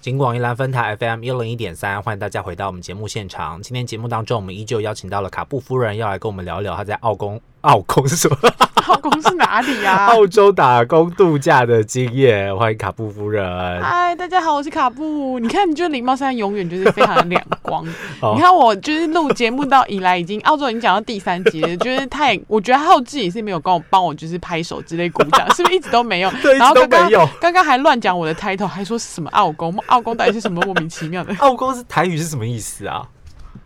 金广宜兰分台 FM 一零一点三，欢迎大家回到我们节目现场。今天节目当中，我们依旧邀请到了卡布夫人，要来跟我们聊一聊她在澳 工澳工什么老公是哪里啊呀、澳洲打工度假的经验。欢迎卡布夫人。嗨，哎大家好，我是卡布。你看，你觉得林茂山永远就是非常的两光 好。你看我就是录节目到以来，已经澳洲已经讲到第三集了，就是他也，我觉得他后自己是没有跟我帮我就是拍手之类鼓掌，是不是一直都没有？ 对然后一直都刚刚没有刚刚还乱讲我的 title，还说什么澳工，澳工到底是什么莫名其妙的？ 澳工是台语是什么意思啊？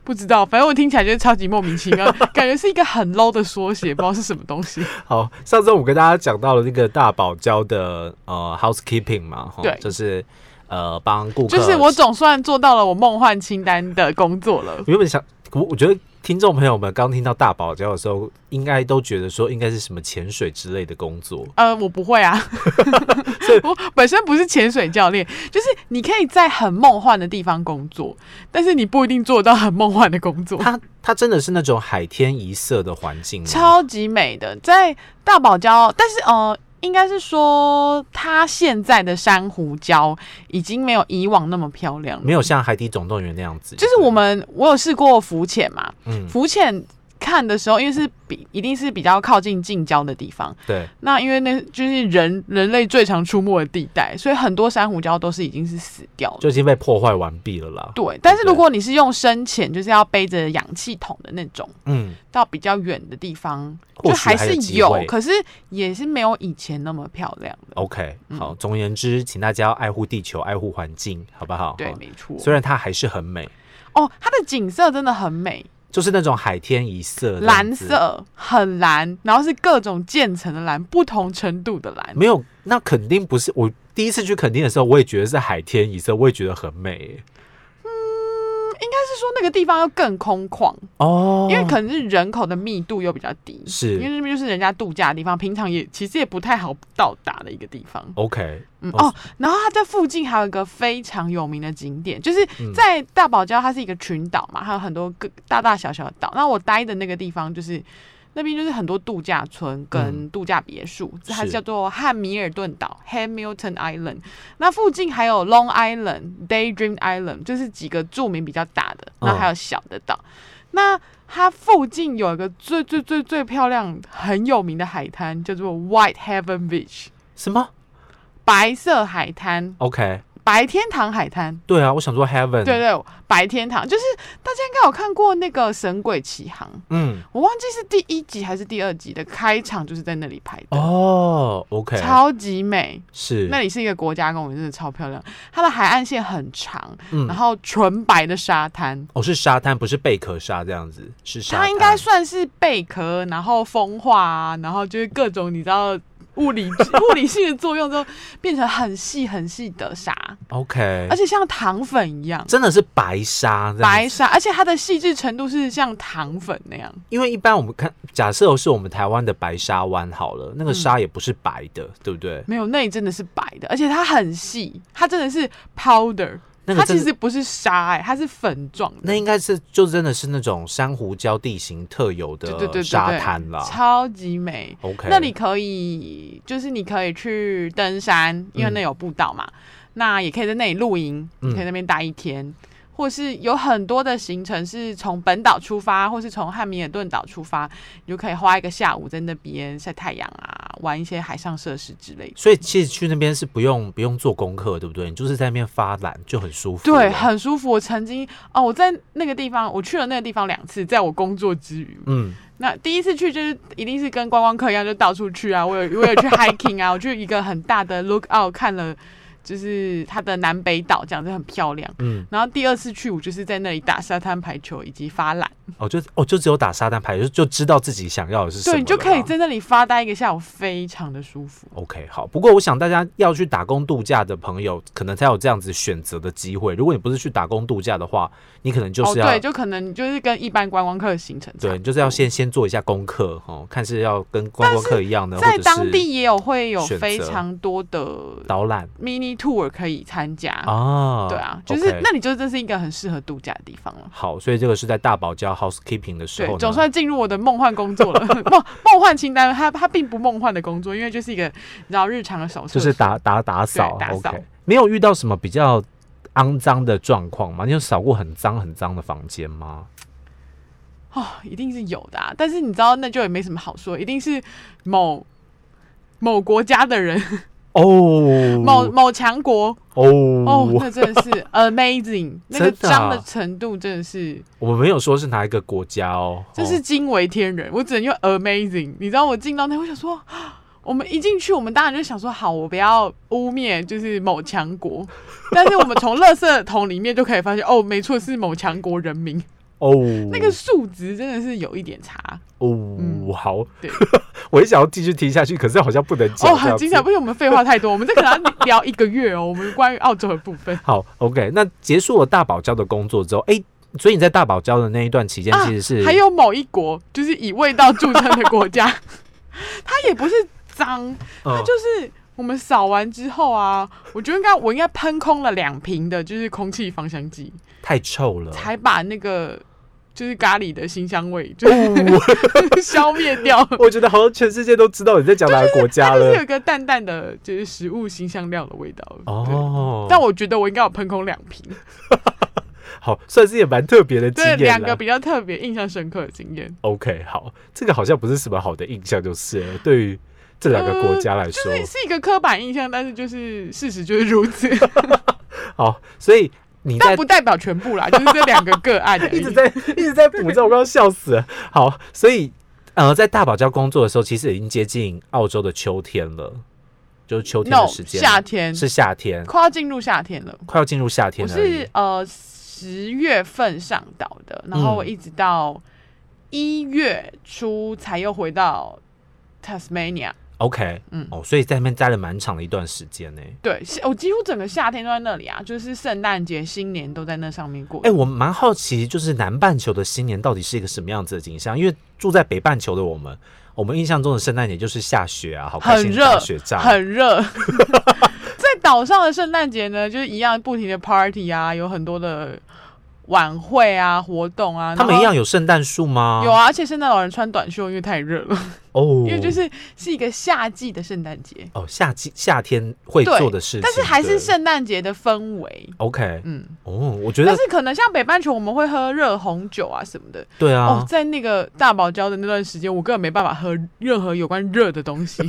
不知道，反正我听起来就是超级莫名其 妙，感觉是一个很 low 的缩写，不知道是什么东西。好，上次我跟大家讲到了那个大堡礁的呃 housekeeping 嘛，哈对就是呃帮顾客，就是我总算做到了我梦幻清单的工作了。原本想，我我觉得听众朋友们刚听到大堡礁的时候，应该都觉得说应该是什么潜水之类的工作，呃，我不会 啊， 我本身不是潜水教练，就是你可以在很梦幻的地方工作，但是你不一定做到很梦幻的 工作。它它真的是那种海天一色的环境吗，超级美的，在大堡礁，但是呃，应该是说它现在的珊瑚礁已经没有以往那么漂亮了没。有像海底总动员那样子，就是我们我有试过浮潜嘛，嗯浮潜看的时候，因为是比一定是比较靠近近郊的地方，对那因为那就是人人类最常出没的地带，所以很多珊瑚礁都是已经是死掉了。就已经被破坏完毕了啦，对，但是如果你是用深潜，就是要背着氧气筒的那种，嗯，到比较远的地方，或就许还是机有会，。可是也是没有以前那么漂亮了。 OK，嗯好，总而言之，请大家要爱护地球，爱护环境，好不好？对，哈没错。哦虽然它还是很美，哦，它的景色真的很美，就是那种海天一色，蓝，色很蓝，然后是各种渐层的蓝，不同程度的蓝。没有，那肯定不是。我第一次去垦丁的时候，我也觉得是海天一色，我也觉得很美耶。但是说那个地方又更空旷，哦，因为可能是人口的密度又比较低，是因为那边就是人家度假的地方，平常也其实也不太好到达的一个地方。 OK，嗯哦哦，然后它在附近还有一个非常有名的景点，就是嗯在大堡礁，它是一个群岛嘛，还有很多个大大小小的岛。那我待的那个地方就是。那边就是很多度假村跟度假别墅，嗯是它叫做汉密尔顿岛 （Hamilton Island）。那附近还有 Long Island、Daydream Island，就是几个著名比较大的，嗯然后还有小的岛。那它附近有一个最最最最漂亮、很有名的海滩，叫做 White Heaven Beach，什么白色海滩。 ？OK，白天堂海滩，对啊，我想说 Heaven，对，对，白天堂就是大家应该有看过那个《神鬼奇航》，嗯，我忘记是第一集还是第二集的开场，就是在那里拍的，哦，OK，超级美。是，那里是一个国家公园，真的超漂亮。它的海岸线很长，嗯然，后纯白的沙滩，哦，是沙滩，不是贝壳沙这样子，是沙它滩，应该算是贝壳，然后风化啊，然后就是各种你知道 物理物理性的作用之后，变成很细很细的沙， OK，而且像糖粉一样。真的是白沙这样子，白沙，而且它的细致程度是像糖粉那样，因为一般我们看，假设是我们台湾的白沙湾好了，嗯那个沙也不是白的，对不对？没有那里真的是白的，而且它很细，它真的是 powder，那个它真其的实不是沙、哎，它是粉状的，那应该是就真的是那种珊瑚礁地形特有对对对的对沙滩啦。超级美。 OK，那你可以，就是你可以去登山，因为那有步道嘛，那也可以在那里露营，嗯你可以在那边待一天。或是有很多的行程是从本岛出发，或是从汉密尔顿岛出发，你就可以花一个下午在那边晒太阳啊，玩一些海上设施之类的。所以其实去那边是不用不用做功课，对不对？你就是在那边发懒就很舒服。对，。很舒服。我曾经哦，我在那个地方，我去了那个地方两次，在我工作之余。嗯，那第一次去就是一定是跟观光客一样，就到处去啊。我有我有去 hiking 啊，我 去一个很大的 lookout 看了，就是它的南北岛，这样子很漂亮。嗯嗯，然后第二次去，我就是在那里打沙滩排球以及发懒，哦，就哦，就只有打沙滩牌，就就知道自己想要的是什么对，了你啦。就可以在那里发呆一个下午，非常的舒服。 OK，好。不过我想大家要去打工度假的朋友，可能才有这样子选择的机会。如果你不是去打工度假的话，你可能就是要、哦，对，就可能就是跟一般观光客的行程差不对，多你就是要先先做一下功课哦，看是要跟观光客一样的，或在者当是地也有会有选择非常多的导览 mini tour 可以参加。啊。对啊，就是、 OK 那你就这是一个很适合度假的地方了。好，所以这个是在大堡礁 housekeeping 的时对候，呢，总算进入我的梦幻 工作了，梦梦幻清单，它它并不梦幻的工作，因为就是一个你知道日常的手就是打打打扫对打扫 OK，没有遇到什么比较肮脏的状况吗？你有扫过很脏很脏的房间吗？哦，一定是有的、啊，但是你知道，那就也没什么好说，一定是某某国家的人，哦，某某强国，哦哦，那真的是 amazing，那个真的啊脏的程度真的是，我们没有说是哪一个国家哦，真是哦惊为天人，我只能用 amazing。你知道我进到那，我想说，啊我们一进去，我们当然就想说，好，我不要污蔑就是某强国，但是我们从垃圾桶里面就可以发现，哦，没错，是某强国人民，哦，那个数值真的是有一点差哦、嗯好，对 我也想要继续听下去，可是好像不能讲哦，这很样精子彩，不行，我们废话太多，我们这可能要聊一个月哦，我们关于澳洲的部分。好，OK，那结束了大堡礁的工作之后，哎、所以你在大堡礁的那一段期间，啊其实 是、还有某一国就是以味道著称的国家， 它也不是脏，嗯它就是我们扫完之后啊，我觉得应该我应该喷空了两瓶的，就是空气芳香剂，太臭了，才把那个就是咖喱的辛香味就是哦 消灭掉。我觉得好像全世界都知道你在讲哪个国家它了。就是有一个淡淡的，就是食物辛香料的味道。对，哦，但我觉得我应该有喷空两 瓶，好，算是也蛮特别的经对，两验个了。比较特别、印象深刻的经验。 OK，好，这个好像不是什么好的印象，就是了对于这两个国家来说，呃就是是一个刻板印象，但是就是事实就是 如此，好，所以你但在不代表全部啦，就是这两个个案而 已一直在一直在补这，我刚刚笑死了。好，所以呃，在大堡礁工作的时候，其实已经接近澳洲的秋天了，就是秋天 no 的时间了夏天，是夏天，快要进入夏天了。快要进入夏我天了。是呃十月份上岛的，然后嗯我一直到一月初才又回到 Tasmania。 OK，嗯哦，所以在那边待了蛮长的一段时间呢、对，是我几乎整个夏天都在那里啊，就是圣诞节、新年都在那上面过。哎、我蛮好奇，就是南半球的新年到底是一个什么样子的景象？因为住在北半球的我们，我们印象中的圣诞节就是下雪啊，好开很心热打雪仗，很热。 在岛上的圣诞节呢，就是一样不停的 party 啊，有很多的晚会啊、活动啊。他们然后一样有圣诞树吗？有啊，而且圣诞老人穿短袖，因为太热了， 哦，因为就是是一个夏季的圣诞节，哦，夏季夏天会对做的事情，但是还是对圣诞节的氛围。 OK 嗯，哦，我觉但得是可能像北半球，我们会喝热红酒啊什么的。对啊，哦，在那个大堡礁的那段时间，我根本没办法喝任何有关热的东 西。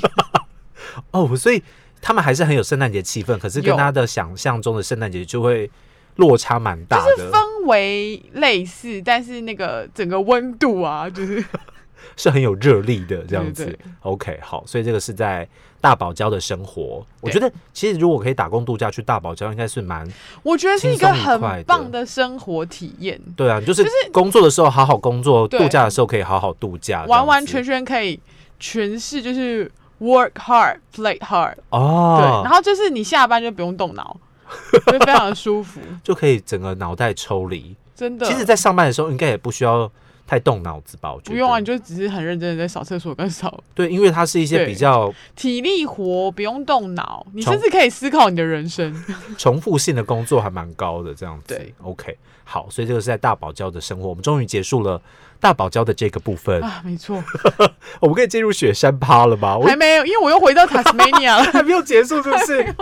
哦，所以他们还是很有圣诞节气氛，可是跟有他的想象中的圣诞节就会落差蛮大的，就是氛围类似，但是那个整个温度啊，就是 是很有热力的这样子。对对 OK，好，所以这个是在大堡礁的生活，我觉得其实如果可以打工度假去大堡礁，应该是蛮我觉得是一个轻松愉快很的棒的生活体验，对啊，你就是就是工作的时候好好工作，对度假的时候可以好好度假，这样完子完全全可以诠释就是 work hard, play hard，、对，然哦，后就是你下班就不用动脑， 就非常的舒服，就可以整个脑袋抽离。真的。其实，在上班的时候应该也不需要太动脑子吧？我觉得不用啊，你就只是很认真的在扫厕所跟扫 对，因为它是一些对比较体力活，不用动脑，你从甚至可以思考你的 人生。重复性的工作还蛮高的这样子。对，OK，好，所以这个是在大堡礁的生活，我们终于结束了大堡礁的这个部分， 啊，没错，我们可以进入雪山趴了吗？我还没有，因为我又回到 Tasmania 了。 还没有结束，是不是？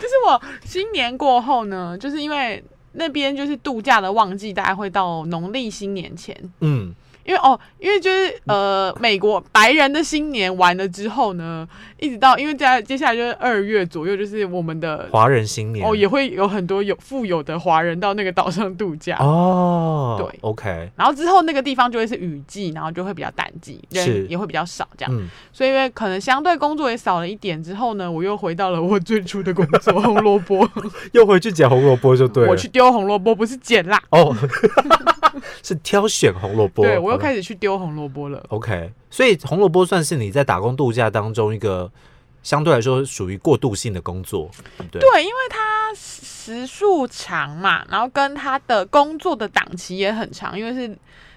就是我新年过后呢，就是因为那边就是度假的旺季，大概会到农历新年前。嗯，因为哦，因为就是呃，美国白人的新年完了之后呢，一直到因为接下来接下来就是二月左右，就是我们的华人新年哦也会有很多有富有的华人到那个岛上度假。哦，对，OK，然后之后那个地方就会是雨季，然后就会比较淡季，是人也会比较少这样。嗯，所以因为可能相对工作也少了一点之后呢，我又回到了我最初的工作红萝卜。又回去捡红萝卜 就对了。我去丢红萝卜，不是捡啦。哦， 是挑选红萝卜，对我又始。开始去丢红萝卜了。 OK，所以红萝卜算是你在打工度假当中一个相对来说属于过渡性的工作，对对，因为它时数长嘛，然后跟他的工作的档期也很长，因为是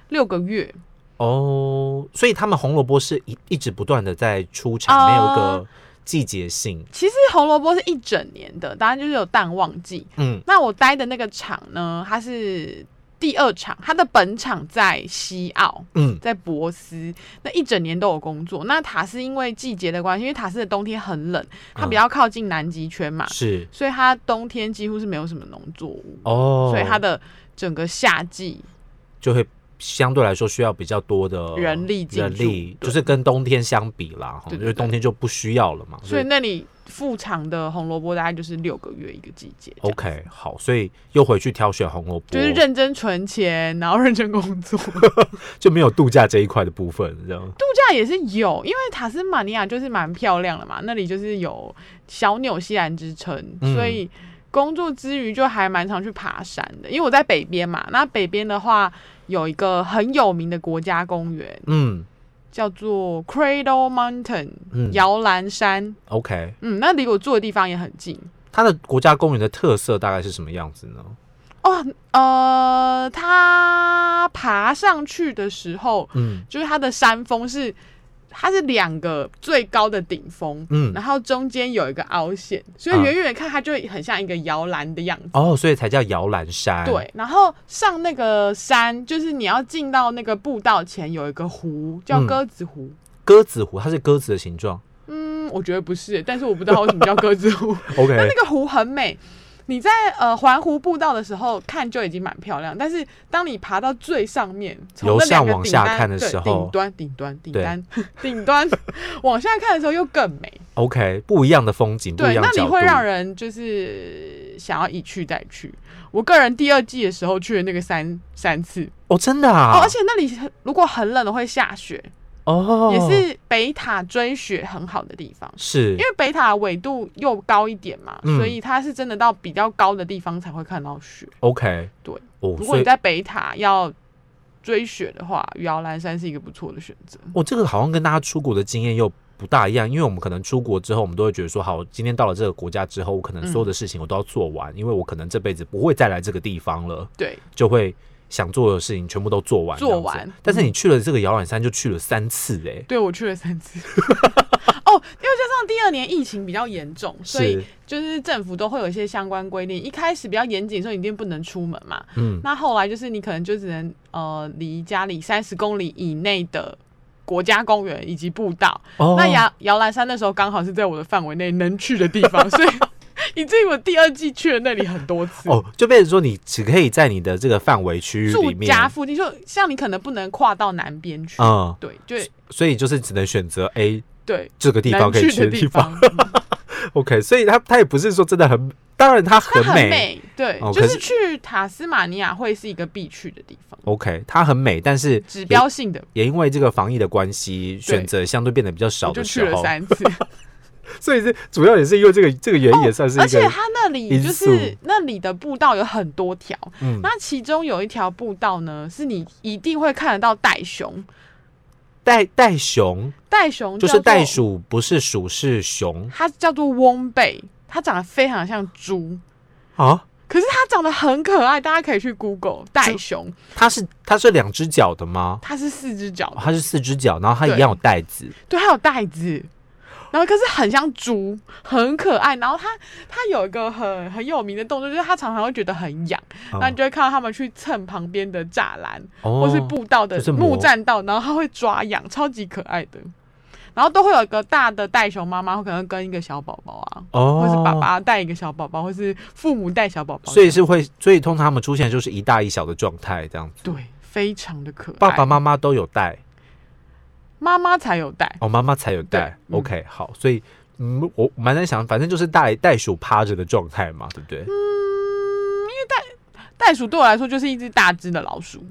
六个月。哦。所以他们红萝卜是一一直不断的在出哦产，没有一个季节性。其实红萝卜是一整年的，当然就是有淡旺季。嗯那我待的那个厂呢，它是第二场，他的本场在西澳，嗯，在博斯，那一整年都有工作。那塔斯因为季节的关系，因为塔斯的冬天很冷，它比较靠近南极圈嘛，是所以它冬天几乎是没有什么农作物，哦，所以它的整个夏季就会相对来说需要比较多的人力进人驻力对就是跟冬天相比啦，哈对对因为冬天就不需要了嘛，所以那里副厂的红萝卜大概就是六个月一个季节这样。 OK 好，所以又回去挑选红萝卜，就是认真存钱，然后认真工作。度就没有度假这一块的部分，这样假也是有，因为塔斯马尼亚就是蛮漂亮的嘛，那里就是有小纽西兰之称，嗯所以工作之余就还蛮常去爬山的。因为我在北边嘛，那北边的话有一个很有名的国家公园，嗯叫做 Cradle Mountain 嗯摇篮山。 OK，嗯，那离我住的地方也很近。它的国家公园的特色大概是什么样子呢？哦，呃，它爬上去的时候，嗯就是它的山峰是它是两个最高的顶峰，嗯啊然后中间有一个凹陷，所以远远看它就很像一个摇篮的样子。哦，哎所以才叫摇篮山，对，然后上那个山，就是你要进到那个步道前有一个湖，叫嗯鸽子湖。鸽子湖它是鸽子的形状嗯我觉得不是，但是我不知道为什么叫鸽子 湖。但，OK 那个湖很美，你在呃环湖步道的时候看就已经蛮漂亮，但是当你爬到最上面，从由那两上个往顶下端看的对时候顶端、顶端、顶对端、 顶端往下看的时候又更美。 OK，不一样的风景，不一对，样那的你角会让度，人就是想要一去再去。我个人第二季的时候去了那个三三次、哦，真的哦，啊而，且那里很如果很冷的会下雪，哦，也是北塔追雪很好的地方。是因为北塔纬度又高一点嘛，嗯所以它是真的到比较高的地方才会看到雪。 OK，对，哦，如果所你以在北塔要追雪的话，摇篮山是一个不错的选择。我、哦这个好像跟大家出国的经验又不大一样，因为我们可能出国之后，我们都会觉得说，好，今天到了这个国家之后，我可能所有的事情我都要做完，因为我可能这辈子不会再来这个地方了，对，就会想做的事情全部都做完，做这样子完嗯但是你去了这个摇篮山，就去了三次、欸，对我去了三次。 哦，因为加上第二年疫情比较严重，所以是，就是政府都会有一些相关规定。一开始比较严谨，说你一定不能出门嘛。嗯，那后来就是你可能就只能呃离家里三十公里以内的国家公园以及步道。哦那摇摇篮山那时候刚好是在我的范围内能去的地 方，所以以至于我第二季去了那里很多次。哦，就变成说你只可以在你的这个范围区域住里面，家附近，就像你可能不能跨到南边去，嗯，对，就所以就是只能选择 A 对，这个地方能可以去去的的地地方。方， OK，所以它它也不是说真的很，当然它它很很美，美，对，哦就可是是去塔斯马尼亚会是一个必去的地方， OK，它很美，但是指标性的，也因为这个防疫的关系，选择相对变得比较少我就的去时了候，三次，所以是主要也是因为这个这个原因，也算是哦而一且个它那里因就素是那里的步道有很多条，嗯那其中有一条步道呢，是你一定会看得到袋熊，袋袋熊，袋熊就叫是做袋，鼠，不是鼠是熊它叫做翁贝，它长得非常像猪，啊，可是它长得很可爱，大家可以去 Google 袋熊，它是它是两只脚的吗？它是四只脚哦的，它是四只脚，然后它对一样有袋子，对，它有袋子。然后可是很像猪，很可爱。然后它它有一个很很有名的动作，就是它常常会觉得很痒，哦然后你就会看到它们去蹭旁边的栅栏，哦或是步道的就是磨木栈道，然后它会抓痒，超级可爱的。然后都会有一个大的袋熊妈妈，可能跟一个小宝宝啊，哦，或是爸。爸带一个小宝宝，或是父母带小宝宝这样，所以是会，所以通常它们出现就是一大一小的状态这样子。对，非常的可爱。爸爸妈妈都有带，妈妈才有带，哦，妈妈才有带。对嗯 OK，好，所以嗯，我蛮在想，反正就是袋袋鼠趴着的状态嘛，对不对？嗯袋鼠对我来说就是一只大只的老鼠。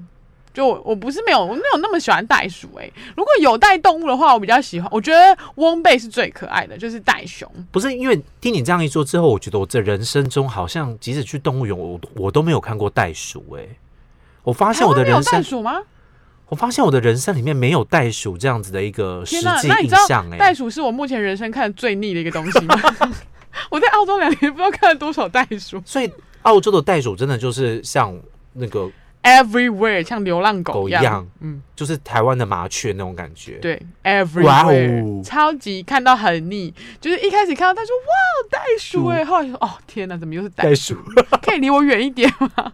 就我我不是没有我没有那么喜欢袋鼠诶、如果有带动物的话，我比较喜欢。我觉得翁贝是最可爱的，就是袋熊。不是因为听你这样一说之后，我觉得我这人生中好像即使去动物园，我我都没有看过袋鼠哎、我发现我的哎台湾没有人袋生，鼠吗？我发现我的人生里面没有袋鼠这样子的一个实天哪！际那你印知道象哎、袋鼠是我目前人生看的最腻的一个东西吗？ 我在澳洲两年不知道看了多少袋鼠所以澳洲的袋鼠真的就是像那个，everywhere 像流浪狗狗一一样。样，嗯，就是台湾的麻雀那种感觉。，对哇，everywhere，、哦超级看到很腻，就是一开始看到他说欸哇袋鼠哎、后来说哦天哪，怎么又是袋袋鼠鼠？可以离我远一点吗？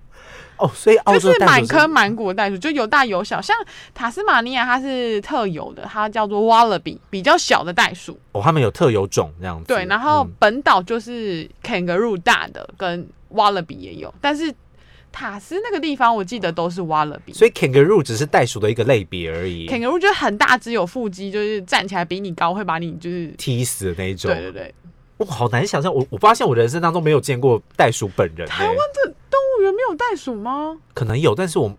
哦，所以澳就洲是的袋满鼠坑满谷的袋鼠，就有大有小。像塔斯马尼亚它是特有的，它叫做 wallaby，比较小的袋鼠。哦，他们有特有种这样子。对，然后嗯本岛就是 kangaroo 大的跟 wallaby 也有，但是塔斯那个地方我记得都是 wallaby。所以 kangaroo 只是袋鼠的一个类别而已， kangaroo 就是很大只，有腹肌，就是站起来比你高，会把你就是踢死的那一种。对对对。哇，好难想象，我我发现我人生当中没有见过袋鼠本人、欸。台湾的动物园没有袋鼠吗？可能有，但是我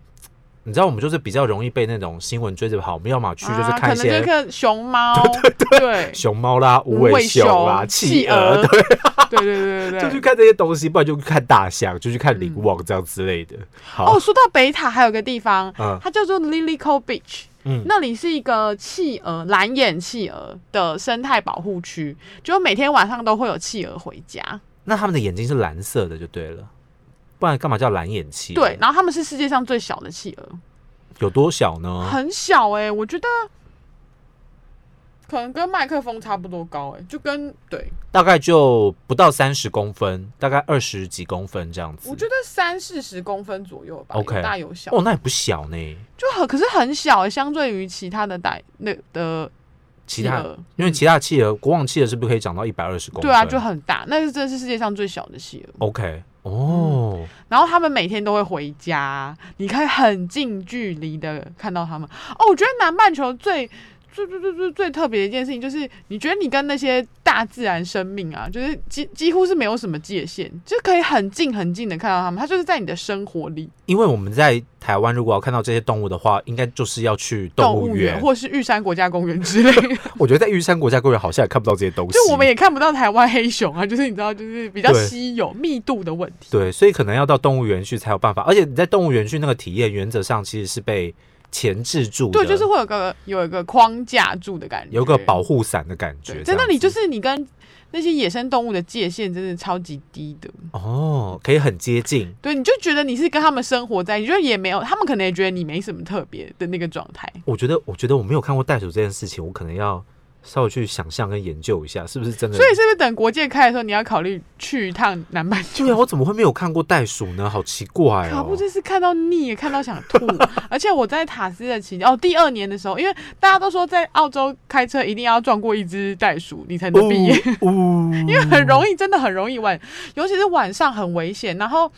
你知道，我们就是比较容易被那种新闻追着跑，我们要么去就是啊看一可能些就看熊猫，对对对，熊猫啦、无尾熊熊啦、啊企鹅，对对对对对 就去对。看这些东西，不然就去看大象，就去看灵王这样之类的。好哦，，说到北塔，还有个地方，嗯它叫做 Lilico Beach，嗯那里是一个企鹅蓝眼企鹅的生态保护区，就每天晚上都会有企鹅回家。那他们的眼睛是蓝色的就对了，不然干嘛叫蓝眼企？对，，然后它们是世界上最小的企鹅，有多小呢？很小哎、我觉得可能跟麦克风差不多高哎、就跟对大概就不到三十公分，大概二十几公分这样子。我觉得三四十公分左右吧 OK 有大有小，哦，那也不小呢。就很可是很小、欸，相对于其他的袋那的其他企鹅因为其他企鹅，国王企鹅是不是可以长到一百二十公分？对啊，就很大，那是真的是世界上最小的企鹅。 OK。哦，然后他们每天都会回家，你可以很近距离的看到他们。哦，我觉得南半球最。最最最最最特别的一件事情就是，你觉得你跟那些大自然生命啊，就是几几乎是没有什么界限，就可以很近很近的看到他们，它就是在你的生活里，因为我们在台湾如果要看到这些动物的话，应该就是要去动物物园。或是玉山国家公园 之类的。我觉得在玉山国家公园好像也看不到这些东西。就我们也看不到台湾黑熊啊，就是你知道，就是比较对稀有密度的问题。对，所以可能要到动物园去才有办法。而且你在动物园去那个体验，原则上其实是被钳制住的，对，就是会有个有一个框架住的感觉，有个保护伞的感觉对，。这在样那里就子是你跟那些野生动物的界限真的超级低的，哦，可以很接近。对，你就觉得你是跟他们生活在，你就也没有，他们可能也觉得你没什么特别的那个状态。我觉得，我觉得我没有看过袋鼠这件事情，我可能要稍微去想象跟研究一下，是不是真的？所以是不是等国界开的时候，你要考虑去一趟南半球对？啊，我怎么会没有看过袋鼠呢？好奇怪卡哦布！真是看到腻，看到想吐。 而且我在塔斯的期间，哦，第二年的时候，因为大家都说在澳洲开车一定要撞过一只袋鼠，你才能毕业，呜，因 因为很容易，真的很容易晚，尤其是晚上很危险。然后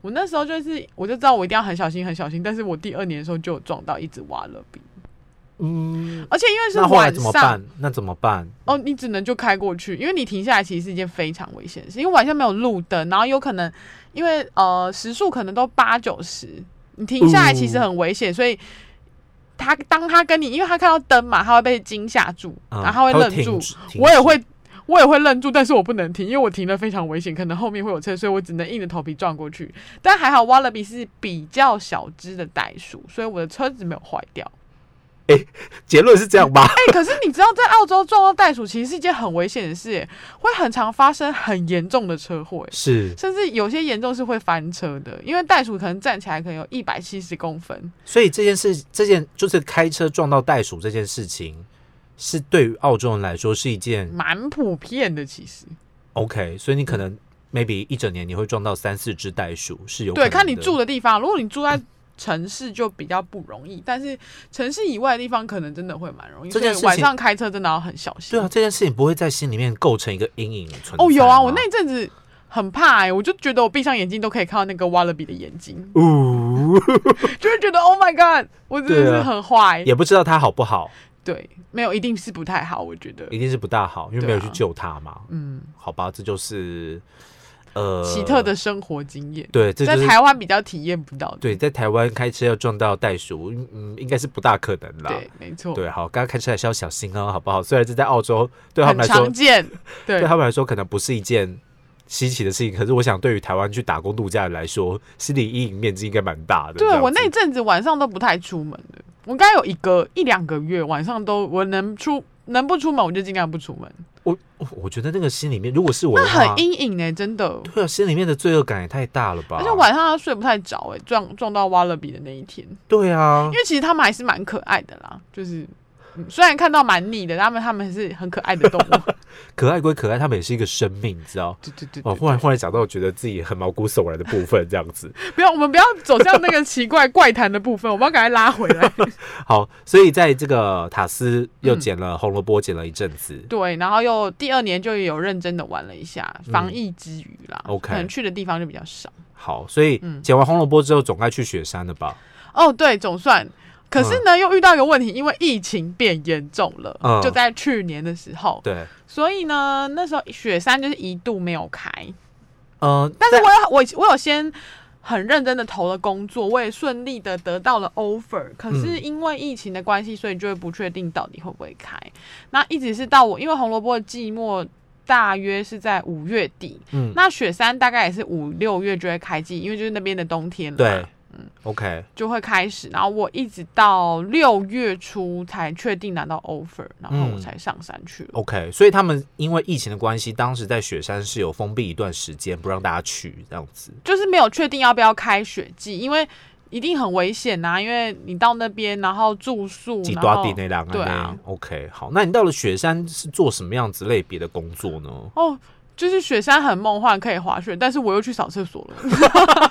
我那时候就是，我就知道我一定要很小心，很小心。但是我第二年的时候就有撞到一只瓦勒比，嗯，而且因为是那后来晚怎么上办？那怎么办？哦，你只能就开过去，因为你停下来其实是一件非常危险的事，因为晚上没有路灯，然后有可能因为呃时速可能都八九十，你停下来其哦实很危险，所以他当他跟你，因为他看到灯嘛，他会被惊吓住，啊然后它愣停住，止停我也止会。我也会愣住，但是我不能停，因为我停了非常危险，可能后面会有车，所以我只能硬着头皮撞过去。但还好，Wallaby 是比较小只的袋鼠，所以我的车子没有坏掉。结论是这样吧？ 哎、可是你知道，在澳洲撞到袋鼠其实是一件很危险的事耶，会很常发生很严重的车祸耶，是，甚至有些严重是会翻车的，因为袋鼠可能站起来可能有一百七十公分。所以这件事，这件就是开车撞到袋鼠这件事情，是对于澳洲人来说是一件蛮普遍的，其实 OK，所以你可能 maybe 一整年你会撞到三四只袋鼠是有可对，能看你的住的地方。如果你住在城市就比较不容易，但是城市以外的地方可能真的会蛮容易。这件所事以晚情上开车真的要很小心。对啊，这件事情不会在心里面构成一个阴影存在哦，有啊，我吗那一阵子很怕哎、我就觉得我闭上眼睛都可以看到那个 Wallaby 的眼睛，呜， 就会觉得 Oh my God，我真的对是啊很坏。也不知道它好不好，对，没有一定是不太好，我觉得。一定是不大好，因为对没有啊去救它嘛。嗯，好吧，这就是呃奇特的生活经验，对，这就在是台湾比较体验不到的。对，在台湾开车要撞到袋鼠，嗯嗯，应该是不大可能啦。对，哦没错，对，好，刚刚开车还是要小心哦，好不好？虽然这在澳洲对他很们来说 常，见。对对，他们来说可能不是一件稀奇的事情，可是我想对于台湾去打工度假的来说，心理阴影面积应该蛮大的。这对样我子那阵子晚上都不太出门的，我应该有一个一两个月晚上都我能出能不出门我就尽量不出门，我我我觉得那个心里面，如果是我那的话很，阴影呢、欸真的。对啊，心里面的罪恶感也太大了吧？而且晚上睡不太着哎、撞撞到挖勒比的那一天，因对啊，为其实他们还是蛮可爱的啦，就是嗯虽然看到蛮腻的，他们他们是很可爱的动物。可爱归可爱，他们也是一个生命，你知道。 对对对哦，对， 忽然忽然想到，我觉得自己很毛骨悚然的部分，这样子。 不要我们不要走向那个奇怪怪谈的部分，我们要赶快拉回 来。好，所以在这个塔斯又捡了红萝卜，捡了一阵子。对，然后又第二年就有认真的玩了一下，防疫之余啦、 OK 可能去的地方就比较少。好，所以嗯捡完红萝卜之后，总该去雪山了吧？哦，对，总算。可是呢，又遇到一个问题，因为疫情变严重了，嗯就在去年的时候，对，所以呢，那时候雪山就是一度没有开。呃，但是在我有我我有先很认真的投了工作，我也顺利的得到了 offer，可是嗯因为疫情的关系，所以就会不确定到底会不会开。那一直是到我，因为红萝卜的季末。大约是在五月底，嗯那雪山大概也是五六月就会开季，因为就是那边的冬天了嘛，对，OK，嗯就会开始。然后我一直到六月初才确定拿到 offer，然后我嗯才上山去了。 OK，所以他们因为疫情的关系，当时在雪山是有封闭一段时间，不让大家去这样子。就是没有确定要不要开雪季，因为一定很危险啊呐、因为你到那边，然后住宿，几然多后地那两个对啊 OK，好，那你到了雪山是做什么样子类别的工作呢？哦，就是雪山很梦幻，可以滑雪，但是我又去扫厕所了。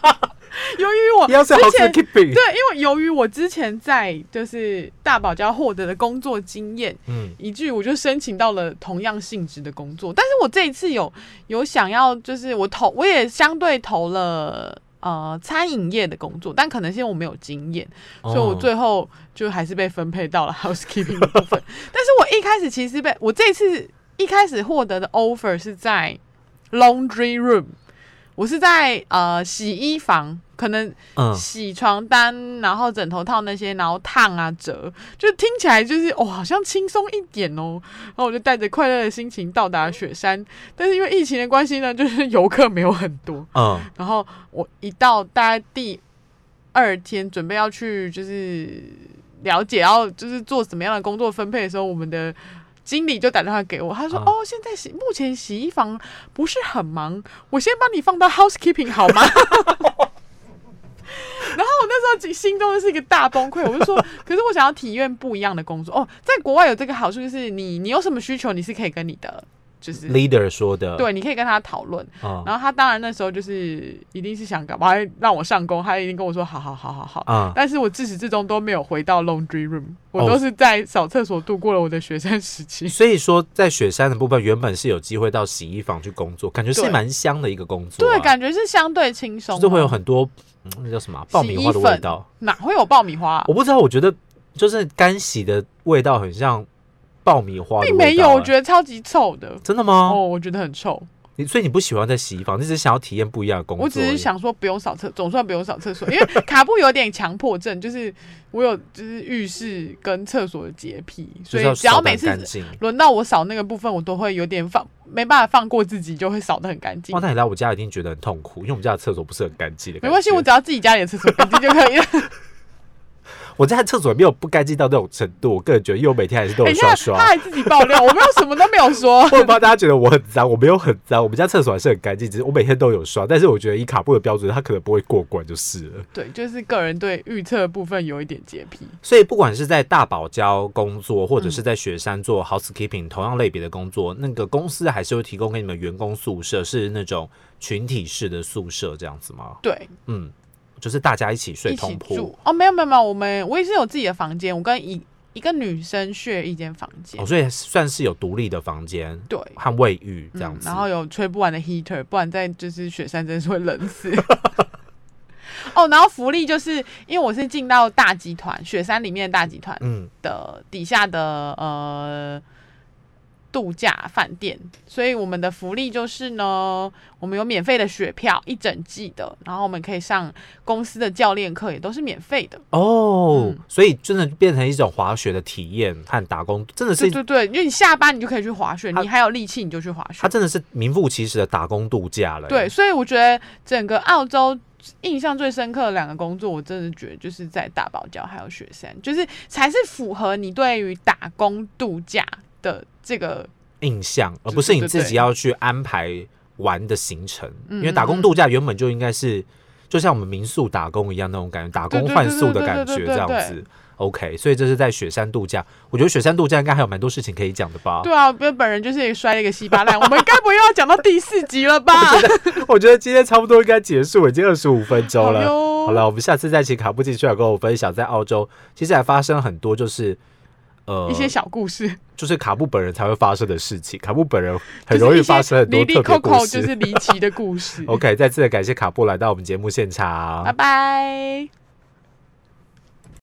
由于我要是之前 keeping，对，因为由于我之前在就是大堡礁获得的工作经验，嗯以至于我就申请到了同样性质的工作。但是我这一次有有想要，就是我投，我也相对投了呃餐饮业的工作，但可能是因为我没有经验，嗯所以我哦最后就还是被分配到了 housekeeping 的部分。 但是我一开始其实被我这一次一开始获得的 offer 是在 laundry room，我是在呃洗衣房，可能嗯，洗床单，然后枕头套那些，然后烫啊折，就听起来就是哦，好像轻松一点哦。然后我就带着快乐的心情到达雪山，但是因为疫情的关系呢，就是游客没有很多。嗯，然后我一到大概第二天，准备要去就是了解要就是做什么样的工作分配的时候，我们的经理就打电话给我，他说：“啊哦，现在洗目前洗衣房不是很忙，我先帮你放到 housekeeping 好吗？” 然后我那时候心中是一个大崩溃，我就说，可是我想要体验不一样的工作哦。在国外有这个好处，就是你你有什么需求，你是可以跟你的就是。 leader 说的，对，你可以跟他讨论，嗯，然后他当然那时候就是一定是想搞，还让我上工，他一定跟我说好好好好好。啊、但是我自始至终都没有回到 laundry room，我哦都是在扫厕所度过了我的学生时期。所以说在雪山的部分，原本是有机会到洗衣房去工作，感觉是对蛮香的一个工作啊、对，感觉是相对轻松就啊，是会有很多嗯那叫什么啊爆米花的洗衣粉味道，哪会有爆米花啊、我不知道，我觉得就是干洗的味道很像爆米花的味并道、没有，我觉得得超级臭的。真的吗？哦，我觉得很臭。你所以你不喜欢在洗衣房，你只是想要体验不一样的工作而已。我只是想说不用扫厕，总算不用扫厕所，因为 卡布有点强迫症，就是我有就是浴室跟厕所的洁癖，就所是嗯要以只要扫得每很次干净。轮到我扫那个部分，我都会有点放，没办法放过自己，就会扫得很干净哇，。那你来我家一定觉得很痛苦，因为我们家的厕所不是很干净的。没关系，我只要自己家里的厕所干净就 可以了。哎我家的厕所也没有不干净到那种程度，我个人觉得，因为我每天还是都等有一下刷，哎刷。他还自己爆料，我没有什么都没有说我。也不知道大家觉得我很脏，我没有很脏，我们家厕所还是很干净，只是我每天都有刷。但是我觉得以卡布的标准，他可能不会过关就是了。对，就是个人对预测部分有一点洁癖。所以不管是在大堡礁工作，或者是在雪山做 housekeeping 同样类别的工作，那个公司还是会提供给你们员工宿舍，是那种群体式的宿舍这样子吗？对，嗯，就是大家一起睡一同起铺。住哦，没有没有没有，我们我也是有自己的房间，我跟一一个女生 share 一间房间哦，。所以算是有独立的房间对，和卫浴这嗯样子。然后有吹不完的 heater，不然在就是雪山真的是会冷死。 哦，然后福利就是因为我是进到大集团，雪山里面的大集团嗯，的底下的呃度假饭店，所以我们的福利就是呢，我们有免费的雪票一整季的，然后我们可以上公司的教练课，也都是免费的。哦，嗯所以真的变成一种滑雪的体验和打工，真的对是对对，因为你下班你就可以去滑雪，它你还有力气你就去滑雪他。真的是名副其实的打工度假了。对，，所以我觉得整个澳洲印象最深刻的两个工作，我真的觉得就是在大堡礁还有雪山，就是才是符合你对于打工度假的这个印象，而对不是你对自对己要去安排玩的行程。嗯因为打工度假原本就应该是，就像我们民宿打工一样那种感觉，打对工对换对宿对的对感对觉对这样对子。 OK，所以这是在雪山度假。我觉得雪山度假应该还有蛮多事情可以讲的吧？对啊，因为本人就是摔了一个稀巴烂，我们该不会又要讲到第四集了 吧？我觉得今天差不多应该结束，已经二十五分钟好了。哟好了，我们下次再请卡布奇出来跟我分享，在澳洲其实还发生很多就是呃一些小故事，就是卡布本人才会发生的事情，卡布本人很就是容易一些发生很多离离特别故 Coco 事。 就是离奇的故事。 OK，再次地感谢卡布来到我们节目现场，拜拜。